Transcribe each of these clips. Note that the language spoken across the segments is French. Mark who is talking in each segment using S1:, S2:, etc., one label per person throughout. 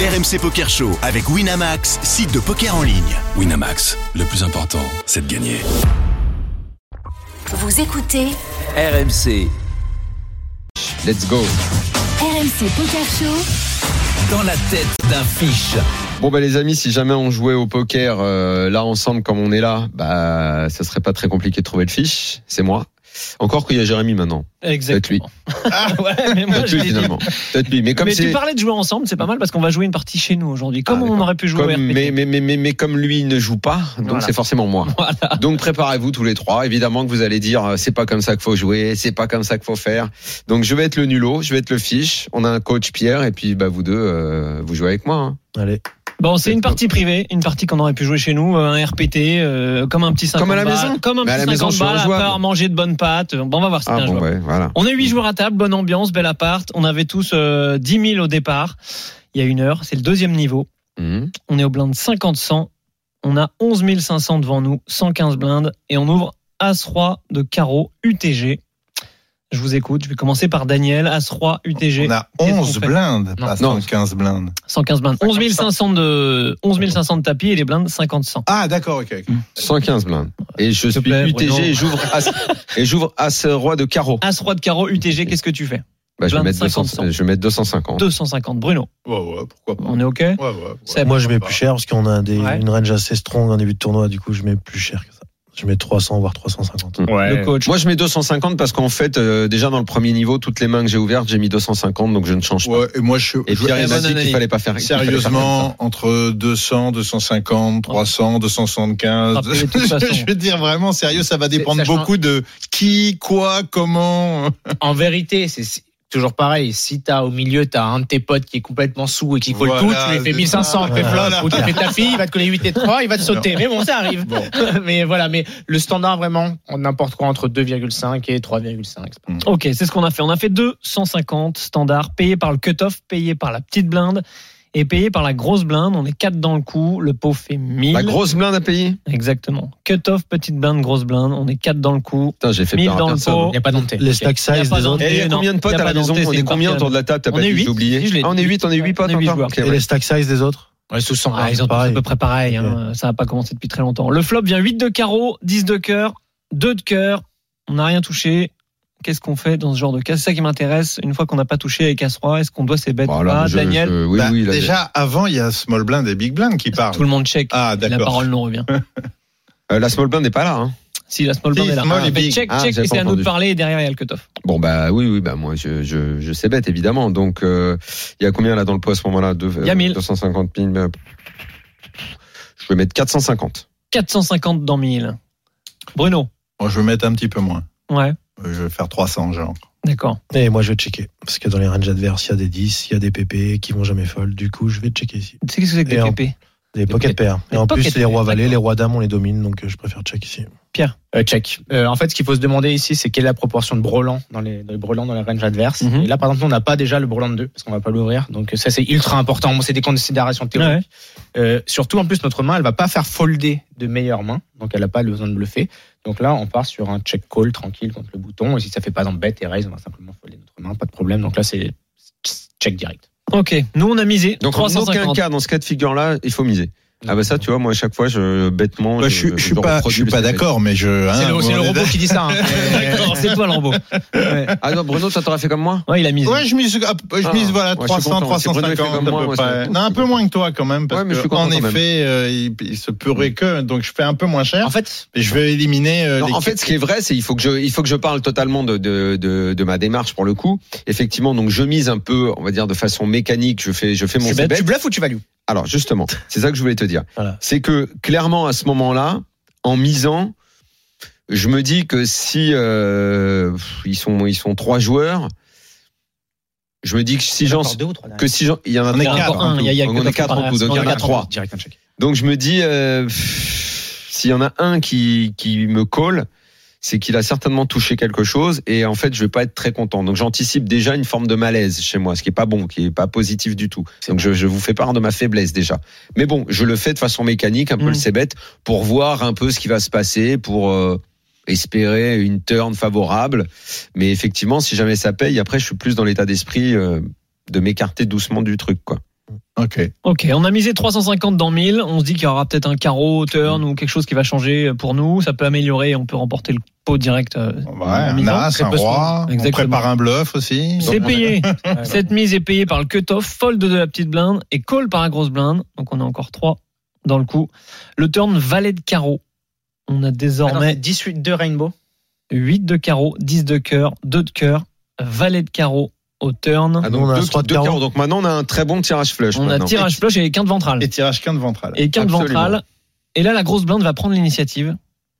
S1: RMC Poker Show avec Winamax, site de poker en ligne.
S2: Winamax, le plus important, c'est de gagner.
S3: Vous écoutez
S4: RMC. Let's go.
S3: RMC Poker Show.
S4: Dans la tête d'un fiche.
S5: Bon bah les amis, si jamais on jouait au poker euh, là ensemble comme on est là, bah ça serait pas très compliqué de trouver le fiche. C'est moi. Encore qu'il y a Jérémy maintenant. Peut-être lui.
S6: Exactement. Ah ouais, mais moi
S5: Peut-être
S6: je
S5: lui
S6: l'ai dit.
S5: finalement. Peut-être lui. Mais comme
S6: mais tu
S5: c'est
S6: parlais de jouer ensemble, c'est pas mal parce qu'on va jouer une partie chez nous aujourd'hui. Comme
S5: Ah,
S6: on
S5: d'accord.
S6: aurait pu jouer au
S5: comme,
S6: RPT.
S5: mais, mais, mais, mais, mais comme lui ne joue pas, donc
S6: Voilà.
S5: c'est forcément moi. Donc préparez-vous tous les trois. Évidemment que vous allez dire euh, c'est pas comme ça qu'il faut jouer, c'est pas comme ça qu'il faut faire. Donc je vais être le nulot, je vais être le fiche. On a un coach Pierre et puis bah vous deux euh, vous jouez avec moi. hein.
S6: Bon, c'est une partie privée, une partie qu'on aurait pu jouer chez nous, euh, un RPT, euh, comme un petit 50
S5: Comme à la
S6: balles,
S5: maison.
S6: Comme un
S5: Mais à
S6: petit
S5: la maison,
S6: 50
S5: c'est
S6: balles, à
S5: injouable.
S6: part manger de bonnes pâtes. Bon, on va voir si c'est
S5: Ah
S6: un
S5: bon
S6: joueur.
S5: ouais voilà.
S6: On est 8 joueurs à table, bonne ambiance, bel appart. On avait tous euh, 10 000 au départ, il y a une heure. C'est le deuxième niveau.
S5: Mhm.
S6: On est au blind 50-100. On a 11 500 devant nous, 115 blindes. Et on ouvre As-Roi de carreau UTG. Je vous écoute, je vais commencer par Daniel. As-Roi UTG.
S7: On a
S6: Qu'est-ce qu'on
S7: 11
S6: fait
S7: blindes,
S6: Non.
S7: pas
S5: Non.
S7: 115 blindes.
S6: 115 blindes. 11 500 de, 11 500 de tapis et les blindes 50-100.
S7: Ah, d'accord, ok. ok.
S5: 115 blindes. Et je
S6: te
S5: suis
S6: plaît, Bruno.
S5: UTG et j'ouvre As, et j'ouvre As roi de carreau.
S6: As-Roi de carreau UTG, qu'est-ce que tu fais
S5: Bah, je vais
S6: Blinde
S5: mettre 200,
S6: 50.
S5: je vais mettre 250.
S6: 250. Bruno,
S7: Ouais, ouais, pourquoi pas.
S6: on est OK
S7: Ouais, ouais, ouais.
S6: C'est
S8: Moi, je mets plus cher parce qu'on a des-
S6: Ouais.
S8: une range assez strong en début de tournoi. Du coup, je mets plus cher que ça. Je mets 300 voire 350.
S6: le coach.
S5: Moi, je mets 250 parce qu'en fait, euh, déjà dans le premier niveau, toutes les mains que j'ai ouvertes, j'ai mis 250, donc je ne change pas.
S7: Ouais, et moi, je,
S5: Et
S7: je- Eh,
S5: Pierre, il m'a
S6: bonne
S5: dit qu'il
S6: analyse.
S5: fallait pas faire. qu'il fallait pas faire
S7: sérieusement, entre 200, 250, 300, 275.
S6: Frappé de toute façon.
S7: je veux dire vraiment sérieux, ça va dépendre
S9: ça change-
S7: beaucoup de qui, quoi, comment.
S9: En vérité, c'est- c'est toujours pareil. Si t'as au milieu, t'as un de tes potes qui est complètement sous et qui colle
S7: Voilà,
S9: tout, tu lui
S7: c'est
S9: fais 1500,
S7: ça.
S9: fais flop,
S7: Voilà.
S9: ou tu fais ta fille, il va te coller 8 et 3, il va te sauter. Mais bon, ça arrive.
S7: Bon.
S9: mais voilà, mais le standard vraiment, on n'importe quoi entre 2,5 et 3,5.
S6: Ok, c'est ce qu'on a fait. On a fait 250 standards payés par le cut-off, payés par la petite blinde et payés par la grosse blinde. On est 4 dans le coup. Le pot fait 1000.
S5: ça. La grosse blinde à payer.
S6: Exactement. Cut-off, petite blinde, grosse blinde. On est 4 dans le coup.
S5: Putain, j'ai fait
S6: 1000
S5: peur à
S6: dans le
S5: personne.
S6: pot.
S9: Il n'y a pas d'onté.
S7: Oh.
S8: Les stack
S6: Il y a
S8: size
S6: pas
S8: des autres
S6: d'entrée,
S5: Et il y a
S6: non.
S5: combien de potes
S6: Il y a
S5: à la
S6: pas
S5: maison
S6: d'entrée,
S5: On
S6: c'est
S5: est
S6: une
S5: combien
S6: partie
S5: autour de la table T'as
S6: On
S5: pas
S6: est
S5: dit,
S6: huit.
S5: j'ai oublié.
S6: Si, je l'ai
S5: Ah, on est
S6: dit.
S5: 8, on est 8 potes
S6: On est huit
S5: encore
S6: joueurs.
S5: Ok,
S8: et
S5: ouais.
S8: les stack size des autres.
S9: Ouais, sous 100.
S6: Ah, ils ont tous à
S8: pareil.
S6: peu près pareil. hein. Ça n'a pas commencé depuis très longtemps. Le flop vient 8 de carreau, 10 de cœur, 2 de cœur. On n'a rien touché. Qu'est-ce qu'on fait dans ce genre de cas C'est ça qui m'intéresse. Une fois qu'on n'a pas touché avec As-Roi, est-ce qu'on doit ses bêtes ou
S5: Voilà,
S6: pas
S5: je-
S6: Ah, Daniel,
S5: je- oui,
S7: Bah,
S5: oui, là,
S7: déjà, avant, il y a small blind et big blind qui parlent.
S6: tout le monde check.
S7: Ah,
S6: la
S7: d'accord.
S6: parole nous revient.
S5: euh, la small blind n'est pas là. hein.
S6: Si la small
S7: Si,
S6: blind est là.
S7: small
S6: Mais
S7: et big.
S6: check,
S5: Ah,
S6: check,
S5: j'avais
S6: et c'est
S5: pas
S6: à nous de
S5: entendu.
S6: parler et derrière il y a le cut-off.
S5: Bon bah oui, oui, bah moi je je je sais bête évidemment. Donc euh, il y a combien là dans le pot à ce moment-là Deux-
S6: Il y a
S5: euh,
S6: 1000.
S5: 250 000. mais, euh, Je vais mettre 450.
S6: 450 dans 1000. Bruno.
S7: Moi, je vais mettre un petit peu moins.
S6: Ouais,
S7: Euh, Je vais faire 300, genre.
S6: d'accord.
S8: Et moi, je vais checker. Parce que dans les ranges adverses, il y a des 10, il y a des PP qui vont jamais fold. Du coup, je vais checker ici.
S6: Tu sais qu'est-ce que c'est que
S8: Et
S6: des
S8: en-
S6: PP
S8: Des pocket pairs.
S6: Des
S8: Et en
S6: pocket
S8: plus, les rois
S6: pairs,
S8: valets,
S6: d'accord.
S8: les rois dames, on les domine. Donc, euh, je préfère check ici.
S9: Euh, check. Euh, en fait, ce qu'il faut se demander ici, c'est quelle est la proportion de brelans dans les, dans les brelans dans la range adverse.
S6: Mhm.
S9: Et là, par exemple, on n'a pas déjà le brelan de 2 parce qu'on va pas l'ouvrir. Donc euh, ça, c'est ultra important. Bon, c'est des considérations théoriques. Euh, surtout, en plus, notre main, elle va pas faire folder de meilleures mains. Donc elle n'a pas le besoin de bluffer. Donc là, on part sur un check call tranquille contre le bouton. Et si ça fait pas bête et raise, on va simplement folder notre main. Pas de problème. Donc là, c'est check direct.
S6: Ok, nous on a misé
S5: Donc en
S6: 350.
S5: aucun cas dans ce cas de figure là, il faut miser. Ah bah ça tu vois moi à chaque fois je bêtement
S7: Bah, je, suis- je suis pas, je suis
S5: reproduis
S7: pas
S5: le
S7: d'accord, mais je. hein,
S9: c'est le,
S7: on
S9: c'est le
S7: est
S9: robot qui dit ça. hein.
S6: D'accord, c'est toi le robot. Ouais.
S5: stéréotype. Ah non Bruno ça t'aurait fait comme moi
S6: Ouais, il a misé.
S7: Ouais, je mise, hop, je
S5: Ah,
S7: mise voilà,
S5: ouais, je suis
S7: 300,
S5: content. C'est Bruno qui fait
S7: 350 à
S5: comme
S7: peu
S5: moi, moi,
S7: près.
S5: c'est-
S7: Non, un peu moins que toi quand même, parce
S5: Ouais, mais je suis
S7: que,
S5: content
S7: en
S5: quand même. Mm.
S7: effet, euh, il, il se pourrait que, donc je fais un peu moins cher.
S9: en fait,
S7: Et je vais éliminer euh,
S5: Non,
S7: les
S5: en fait, ce qui est vrai, c'est il faut que je, il faut que je parle totalement de, de, de, de ma démarche pour le coup. Effectivement, donc je mise un peu, on va dire de façon mécanique. Je fais, je fais mon
S9: tu,
S5: bet.
S9: tu bluffes ou tu values
S5: Alors justement, c'est ça que je voulais te dire.
S8: Voilà.
S5: C'est que clairement à ce moment-là, en misant, je me dis que si euh, pff, ils sont, ils sont trois joueurs, je me dis que si j'en,
S9: Encore deux ou trois
S5: que si j'en, il y en a
S7: On est
S5: trois.
S7: quatre.
S5: en tout.
S6: Il y a- il y a que
S5: on
S6: deux
S5: est quatre en
S6: comparables.
S5: tout, donc
S6: On
S5: il y
S6: est
S5: en a
S6: quatre en
S5: trois.
S9: Direct un check.
S5: Donc je me dis, euh, pff, s'il y en a un qui, qui me colle, c'est qu'il a certainement touché quelque chose et en fait je vais pas être très content. Donc j'anticipe déjà une forme de malaise chez moi, ce qui est pas bon, qui est pas positif du tout. Donc je, je vous fais part de ma faiblesse déjà. Mais bon, je le fais de façon mécanique, un peu
S6: Mm.
S5: le c'est bête, pour voir un peu ce qui va se passer, pour euh, espérer une turn favorable. Mais effectivement, si jamais ça paye, après je suis plus dans l'état d'esprit euh, de m'écarter doucement du truc, quoi.
S7: qui- Ok.
S6: Ok, on a misé 350 dans 1000. On se dit qu'il y aura peut-être un carreau, turn ou quelque chose qui va changer pour nous. Ça peut améliorer et on peut remporter le pot direct. euh,
S7: Ouais,
S6: en
S7: un
S6: misant.
S7: as,
S6: Très
S7: un
S6: peu souvent.
S7: roi. On
S6: Exactement.
S7: prépare un bluff aussi.
S6: C'est payé. Cette mise est payée par le cut-off, fold de la petite blinde et call par la grosse blinde. Donc on a encore 3 dans le coup. Le turn valet de carreau. On a
S9: Ah
S6: désormais
S9: 18 de Rainbow.
S6: 8 de carreau, 10 de cœur, 2 de cœur, valet de carreau au turn.
S5: Ah, donc,
S8: Nous, on a
S5: deux-
S8: un trois de
S5: deux
S8: carreau.
S5: carreaux. Donc maintenant, on a un très bon tirage flush.
S6: On a
S5: maintenant.
S6: tirage flush et quinte ventrale.
S7: Et tirage quinte ventrale.
S6: Et quinte
S5: Absolument.
S6: ventrale. Et là, la grosse blinde va prendre l'initiative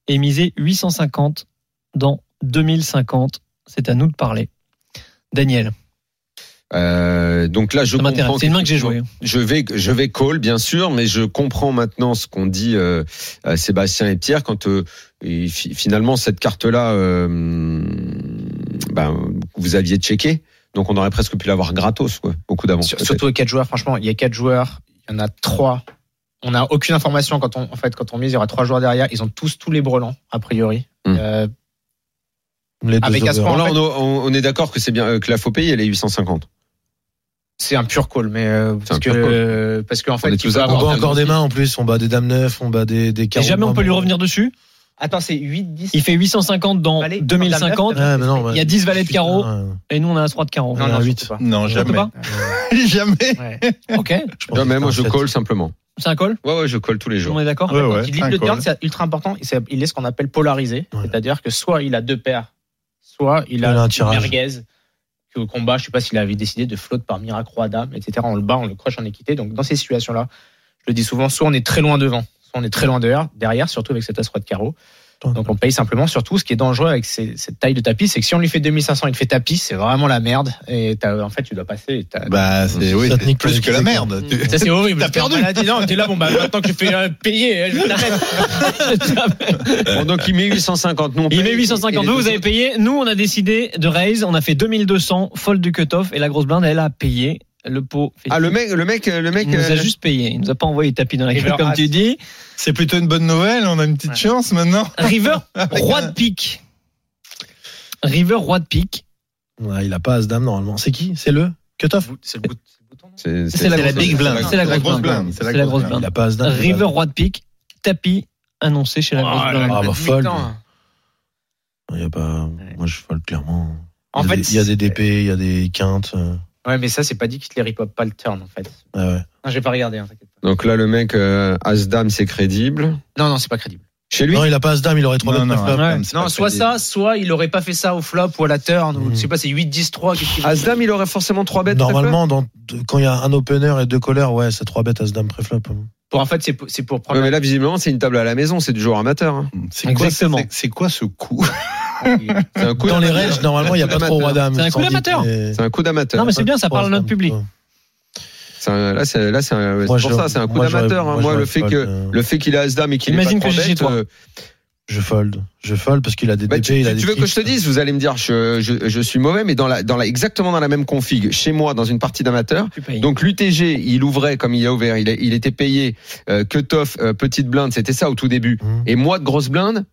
S6: et miser 850 dans 2050. C'est à nous de parler. Daniel,
S5: Euh, donc là, je
S6: ça m'intéresse.
S5: comprends.
S6: C'est une main que j'ai jouée.
S5: Je vais, je vais call, bien sûr, mais je comprends maintenant ce qu'on dit euh, euh, Sébastien et Pierre quand euh, et fi- finalement cette carte-là, euh, ben, vous aviez checké. Donc on aurait presque pu l'avoir gratos, quoi. Beaucoup d'avance.
S9: Sur-
S5: peut-être.
S9: Surtout avec 4 joueurs, franchement, il y a 4 joueurs, il y en a 3. On n'a aucune information quand on, en fait, quand on mise, il y aura 3 joueurs derrière. Ils ont tous tous les brelans, a priori.
S5: Hmm.
S9: Euh,
S8: Les
S6: Ah,
S8: deux
S9: Avec
S8: overs.
S9: Gaspard.
S5: Bon, là,
S9: en fait-
S5: on, on- on est d'accord que c'est bien euh, que la faux paye, elle est 850.
S6: Oh,
S9: c'est un pur call, mais euh,
S5: C'est un
S9: parce, que,
S5: pur call.
S9: euh, parce qu'en fait,
S5: est
S9: il
S5: tous
S9: peut
S5: à
S8: On
S9: avoir
S8: bat
S5: Gaspard.
S8: encore des mains en plus, on bat des dames neufs, on bat des, des
S6: Et
S8: carreaux.
S6: jamais on peut lui revenir dessus.
S9: Attends, c'est 8, 10.
S6: Il fait 850 dans
S9: Valet,
S6: 2050
S8: Ouais, mais non,
S6: Il y a
S8: ouais.
S6: 10 valets de carreau
S8: Putain, ouais.
S6: et nous on a un 3 de carreau.
S9: Non,
S8: On a
S9: non,
S8: huit.
S9: surtout pas.
S7: Non,
S6: On peut
S7: jamais.
S6: pas
S7: jamais.
S9: Ouais.
S6: Ok,
S8: Je pense
S5: Non, mais
S8: que
S5: moi,
S8: c'est
S5: je
S8: un
S5: colle
S8: sept.
S5: simplement.
S6: c'est un call
S5: Ouais, ouais, je colle tous les jours.
S6: On est d'accord
S7: Ouais, ouais,
S9: Quand il lit
S7: un
S9: le turn,
S7: call.
S9: c'est ultra important. Il s'est- Il est ce qu'on appelle polarisé.
S8: Ouais.
S9: C'est-à-dire que soit il a deux paires, soit il a,
S8: Il a un
S9: une
S8: tirage.
S9: merguez. que Au combat, je sais pas s'il avait décidé de flotte par miracle roi dame, etc. On le bat, on le croche en équité. Donc dans ces situations-là, je le dis souvent, soit on est très loin devant, soit on est très loin derrière, derrière surtout avec cet as roi de carreau. Donc on paye simplement. Surtout, ce qui est dangereux avec ces- cette taille de tapis, c'est que si on lui fait 2500, il fait tapis, c'est vraiment la merde. Et t'as- en fait, tu dois passer. et t'as-
S7: Bah, c'est oui,
S8: Ça te
S7: c'est
S8: nique
S7: plus
S8: les
S7: que la
S8: idées,
S7: merde. Tu-
S9: Ça c'est horrible.
S7: T'as
S9: T'es en
S7: perdu.
S9: maladie. Non, t'es là, bon bah maintenant que tu fais euh, payer, je t'arrête.
S5: Bon, donc il met 850. Nous, on
S6: Il
S5: paye.
S6: met 850.
S5: Et les
S6: Vous, vous
S5: deux
S6: avez
S5: autres-
S6: payé. Nous, on a décidé de raise. On a fait 2200, fold du cut-off. Et la grosse blinde, elle a payé le pot.
S5: Ah, le mec, le mec, le mec.
S6: Il nous a
S5: euh,
S6: juste payé. Il nous a pas envoyé tapis dans la
S9: Et
S6: gueule,
S9: le
S6: comme
S9: as.
S6: tu dis.
S7: C'est plutôt une bonne nouvelle. On a une petite
S9: Ouais.
S7: chance maintenant.
S6: River, roi de pique. River, roi de pique.
S8: Ouais, il a pas as dame normalement. C'est qui C'est le Cutoff
S9: C'est le bout- c'est le bouton. non
S5: C'est
S6: C'est la,
S5: grosse-
S6: big blinde. C'est la
S7: grosse
S6: grosse
S7: blinde.
S6: blinde. C'est la grosse
S8: Il
S6: blinde.
S8: a pas as dame.
S6: River, roi de pique. Tapis annoncé chez la grosse
S9: Oh là
S6: blinde.
S9: là,
S8: Ah, bah,
S9: le
S8: fold.
S9: mi-temps. hein.
S8: Il y a pas. Moi, je folle clairement. il
S9: En
S8: y a
S9: fait,
S8: des- il y a des DP, il y a des quintes. euh,
S9: Ouais, mais ça, c'est pas dit qu'il te les ripop pas le turn, en fait.
S8: ouais, ouais.
S9: Non, j'ai pas regardé, hein, t'inquiète pas.
S5: Donc là, le mec, euh, As-Dame, c'est crédible.
S9: Non, non, c'est pas crédible.
S5: Chez lui
S8: Non, il a pas as dame, il aurait
S7: Non,
S8: 3
S7: non,
S8: mètres.
S7: As-Dame, c'est
S9: Non,
S7: pas
S9: soit
S7: crédible.
S9: ça, soit il aurait pas fait ça au flop ou à la turn, ou
S8: Mm.
S9: je sais pas, c'est 8-10-3, qu'est-ce qu'il
S5: As-Dame, il aurait forcément 3 bêtes.
S8: Normalement, dans, de- quand il y a un opener et deux collers, ouais, c'est 3 bêtes as dame préflop.
S9: Pour, en fait, c'est pour, c'est pour
S5: Ouais,
S9: prendre.
S5: mais là, visiblement, c'est une table à la maison, c'est du joueur amateur. hein.
S7: C'est quoi,
S6: Exactement.
S7: c'est- c'est quoi ce coup
S5: C'est un coup
S8: Dans les
S5: d'amateur.
S8: ranges, normalement, il n'y a pas trop roi dame.
S6: C'est un coup
S8: sans
S6: d'amateur.
S8: dip, mais-
S5: C'est un coup d'amateur.
S6: Non, mais c'est bien, ça parle à notre public.
S5: C'est un- Là, c'est là, c'est un- c'est
S8: Moi,
S5: pour
S8: je-
S5: ça, c'est un coup
S8: moi, j'aurais-
S5: d'amateur. hein.
S8: moi,
S5: Moi, le
S8: j'aurais
S5: fait
S8: pas
S5: que
S8: le-
S5: le fait qu'il a As-Dame et qu'il est pas
S6: Imagine que
S5: trois
S6: j'ai chez
S5: bêtes,
S6: toi.
S5: euh,
S8: Je fold. Je fold parce qu'il a des
S5: Bah,
S8: DP,
S5: tu,
S8: il a
S5: tu
S8: des
S5: veux que je te
S8: tricks.
S5: dise Vous allez me dire, je, je- je suis mauvais, mais dans la, dans la, exactement dans la même config, chez moi, dans une partie d'amateur.
S6: Tu payes.
S5: Donc l'UTG, il ouvrait comme il a ouvert, il, a- il était payé euh, cut-off, euh, petite blinde, c'était ça au tout début.
S8: Hum.
S5: Et moi, de grosse blinde,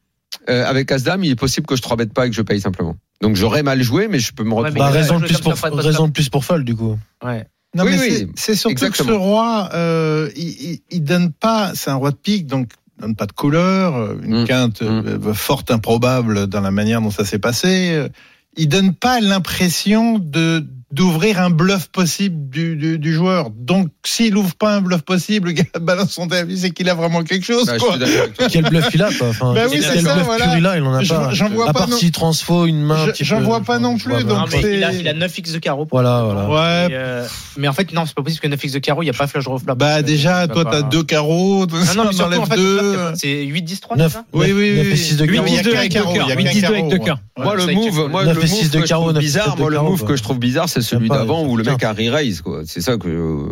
S5: euh, avec As-Dame, il est possible que je 3 bête pas et que je paye simplement. Donc j'aurais mal joué, mais je peux me retrouver.
S9: mais
S8: Bah,
S9: il a
S8: raison de
S9: joué
S8: plus
S9: comme
S8: pour
S9: ça, Fred
S8: raison de plus pour fold du coup.
S9: Ouais.
S7: Non,
S5: Oui,
S7: mais
S5: oui,
S7: c'est- c'est surtout que
S5: exactement.
S7: ce roi, euh, il, il, il donne pas, c'est un roi de pique, donc il donne pas de couleur, euh, une
S5: Mm.
S7: quinte euh, forte improbable dans la manière dont ça s'est passé. euh, Il donne pas l'impression de d'ouvrir un bluff possible du, du, du joueur. Donc s'il ouvre pas un bluff possible, le gars balance son avis, c'est qu'il a vraiment quelque chose.
S5: Bah, je
S7: quoi.
S5: suis d'accord avec toi.
S8: Quel bluff il a quoi. Enfin,
S7: Bah oui,
S8: quel
S7: c'est
S8: quel
S7: ça,
S8: bluff
S7: voilà.
S8: pur il a, il en a
S7: J'en
S8: pas.
S7: j'en vois
S8: À
S7: pas
S8: part
S7: non.
S8: s'il transfo une main. un
S7: Je-
S8: petit
S7: j'en
S8: peu,
S7: vois
S8: je
S7: pas
S8: vois-
S7: non
S8: je
S7: plus,
S8: vois pas.
S7: donc
S9: Non, mais
S7: c'est-
S9: il a, il a 9x de carreau.
S8: Voilà, voilà.
S7: Ouais.
S9: Et, euh, mais en fait, non, c'est pas possible que 9x de carreau, il n'y a pas flush draw flop.
S7: Bah déjà,
S9: Bah,
S7: toi
S9: bah,
S7: t'as
S9: bah.
S7: deux carreaux,
S9: Non, non, mais
S7: t'en
S9: surtout, en fait,
S7: deux.
S9: c'est 8-10-3, c'est
S8: 9,
S9: ça
S7: Oui, oui, oui.
S8: et 6 de
S7: Oui,
S8: carreau.
S7: oui,
S6: 8-10-2 avec deux
S7: carreau,
S6: cœurs.
S7: il y a qu'un
S6: 8-10-2 avec
S7: carreau,
S6: deux
S7: ouais.
S6: cœurs.
S5: Moi,
S9: ça
S5: le
S9: explique
S5: move,
S9: le
S5: moi, le
S8: neuf et
S5: move
S8: six de
S5: que je
S8: carreau,
S5: trouve
S8: neuf et
S5: bizarre,
S8: sept de
S5: moi, le
S8: carreau,
S5: move
S8: quoi.
S5: que je trouve bizarre, c'est celui
S8: pas,
S5: d'avant où le
S8: putain.
S5: mec a re-raise, quoi. C'est ça que, euh,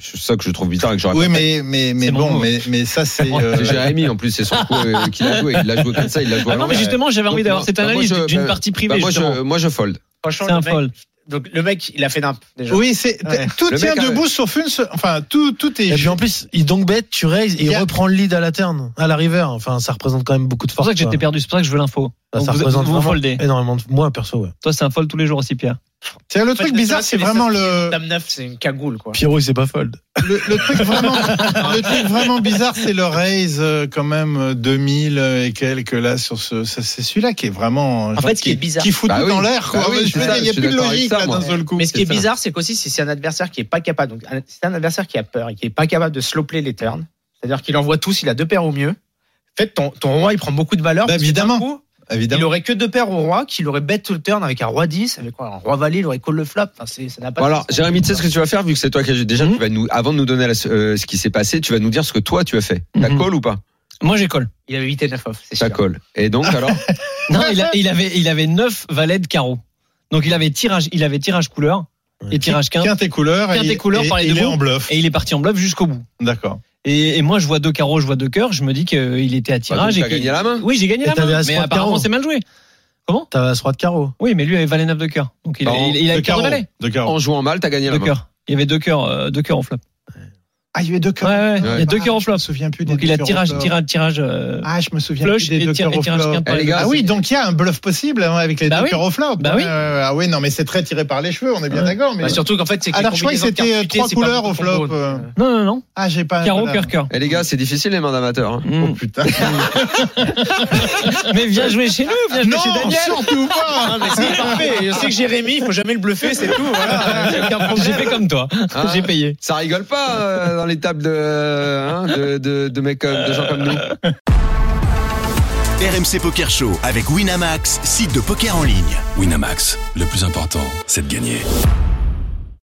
S5: c'est ça que je trouve bizarre et que j'aurais
S7: Oui,
S5: pas fait.
S7: mais, mais, mais
S6: C'est mon
S7: bon,
S6: mot.
S7: mais, mais ça, c'est. euh,
S5: C'est Jérémy, en plus, c'est son coup euh, qu'il a joué. Il l'a joué comme ça, il l'a joué à
S6: Ah non, mais
S5: l'envers.
S6: justement, j'avais envie
S5: Donc,
S6: d'avoir
S5: moi-
S6: cette
S5: bah, moi,
S6: analyse
S5: je-
S6: d'une
S5: bah,
S6: partie
S5: Bah,
S6: privée.
S5: moi,
S6: justement.
S5: je, moi, je fold.
S9: Franchement,
S6: C'est un
S9: le mec-
S6: fold.
S9: Donc le mec, il a fait nimp déjà.
S7: oui, c'est
S9: Ouais.
S7: tout
S5: Le
S7: tient
S5: mec a-
S7: debout sauf une. se- Enfin, tout, tout
S8: Et
S7: est.
S8: puis en plus, il donc bête, tu raises et
S7: Il y
S8: il
S7: a-
S8: reprend le lead à la turn, à la river. Enfin, ça représente quand même beaucoup de
S6: C'est pour
S8: force.
S6: ça que j'étais
S8: quoi.
S5: Bah,
S6: perdu, c'est pour ça que je veux l'info.
S8: Ça,
S6: Donc,
S8: ça
S6: vous-
S8: représente
S6: vous
S8: vraiment
S6: foldez.
S8: énormément de moi perso. Ouais.
S6: Toi, c'est un fold tous les jours aussi, Pierre.
S7: C'est le
S9: En fait,
S7: truc
S9: c'est
S7: bizarre,
S9: vrai,
S7: c'est
S9: les
S7: vraiment
S9: seuls qui ont
S7: le,
S9: une Dame 9, c'est une cagoule, quoi.
S8: Pierrot, il sait pas fold.
S7: le, le truc vraiment, le truc vraiment bizarre, c'est le raise euh, quand même euh, 2000 et quelques là sur ce, ça, c'est celui-là qui est vraiment,
S9: En fait, ce qui est bizarre.
S7: qui fout
S5: Bah
S7: tout
S5: oui.
S7: dans l'air, quoi.
S5: Bah oui,
S7: Je
S5: c'est
S7: veux dire,
S5: ça,
S7: il
S5: je
S7: n'y a
S5: suis
S7: plus de
S5: d'accord avec
S7: logique
S5: ça,
S7: là
S5: moi.
S7: d'un seul coup.
S9: Mais ce qui est
S5: c'est ça.
S9: bizarre, c'est qu'aussi, si c'est un adversaire qui est pas capable, donc un- c'est un adversaire qui a peur et qui est pas capable de sloper les turns, c'est-à-dire qu'il envoie tous, il a deux paires au mieux. En fait, ton, ton roi, il prend beaucoup de valeur.
S7: Bah,
S9: parce que d'un
S7: évidemment.
S9: coup, il
S7: Évidemment.
S9: aurait que deux paires au roi, qu'il aurait bet tout le turn avec un roi 10, avec quoi, un roi valet, il aurait call le flop. Enfin, c'est- ça n'a pas
S5: Bon,
S9: de
S5: alors,
S9: sens.
S5: Jérémy, tu sais ce que tu vas faire vu que c'est toi qui as déjà. Tu vas nous, avant de nous donner la- euh, ce qui s'est passé, tu vas nous dire ce que toi tu as fait. T'as
S6: Mhm.
S5: call ou pas
S6: Moi, j'ai call.
S9: Il avait 8 et 9 off, c'est
S5: T'as
S9: sûr.
S5: call. Et donc alors
S6: Non, il, a- il avait, il avait 9 valets de carreau. Donc, il avait tirage, il avait tirage couleur et tirage quinte.
S7: Tiens tes couleurs.
S6: Quinte
S7: il-
S6: et couleur, parlez de
S7: il est
S6: vous.
S7: en bluff.
S6: Et il est parti en bluff jusqu'au bout.
S7: D'accord.
S6: Et, et moi, je vois deux carreaux, je vois deux cœurs. Je me dis qu'il était à tirage.
S5: Bah, donc,
S6: et
S5: t'as
S6: qu'il-
S5: gagné la main
S6: Oui, j'ai gagné
S8: Et
S6: la
S8: t'avais
S6: main.
S8: as
S6: Mais
S8: trois
S6: apparemment,
S8: carreaux.
S6: c'est mal joué.
S8: T'as as 3 de carreau.
S6: Oui, mais lui avait valet 9 de cœur. Donc, il, a-
S5: Non,
S6: il, il a
S7: Deux
S6: le cœur de
S7: carreaux,
S6: valet.
S7: Deux carreaux.
S5: en jouant mal, t'as gagné la
S6: Deux
S5: main.
S6: cœurs. Il y avait deux cœurs, euh, deux cœurs en flop.
S7: Ah, il y a eu deux
S6: Ouais,
S7: cœurs.
S6: ouais, il y a deux cœurs en
S7: Je
S6: flop.
S7: me souviens plus des
S6: Donc,
S7: deux
S6: il a
S7: cœurs au
S6: tirage,
S7: flop.
S6: tirage, tirage. euh,
S7: Ah, je me souviens
S6: Flush
S7: plus des
S6: et
S7: deux
S6: tir-
S7: cœurs
S6: et
S7: au
S6: tirage
S7: flop.
S6: quinte par
S5: Eh, les
S6: les
S5: gars,
S7: Ah oui, donc il y a un bluff possible hein, avec les
S6: Bah
S7: deux
S6: oui.
S7: cœurs au flop.
S6: Bah oui.
S7: Euh, ah oui, non, mais c'est très tiré par les cheveux, on est bien
S6: Ouais.
S7: d'accord. Mais
S9: Bah, surtout qu'en fait, c'est que
S7: Alors,
S9: les
S7: je crois que
S9: combinaisons de
S7: c'était,
S9: cartes
S7: euh,
S9: futées,
S7: trois
S9: c'est pas
S7: couleurs
S9: beaucoup
S7: au
S9: de
S7: flop,
S9: combos,
S7: euh.
S9: donc,
S6: Non, non, non.
S7: ah, j'ai pas.
S6: Carreau,
S7: voilà.
S6: cœur, cœur.
S5: Eh les gars, c'est difficile les mains d'amateurs. hein.
S6: Mm.
S7: Oh putain.
S6: Mais viens jouer chez nous, viens jouer chez
S7: non,
S6: Daniel.
S7: surtout pas.
S9: euh. Mais c'est parfait. Je sais que Jérémy, il faut jamais le bluffer, c'est tout. Voilà. J'ai aucun problème.
S6: J'ai fait comme toi.
S5: Hein
S6: J'ai payé.
S5: Ça rigole pas euh, dans les tables de, hein, de, de, de mecs comme- de gens comme nous.
S1: RMC Poker Show avec Winamax, site de poker en ligne.
S2: Winamax, le plus important, c'est de gagner.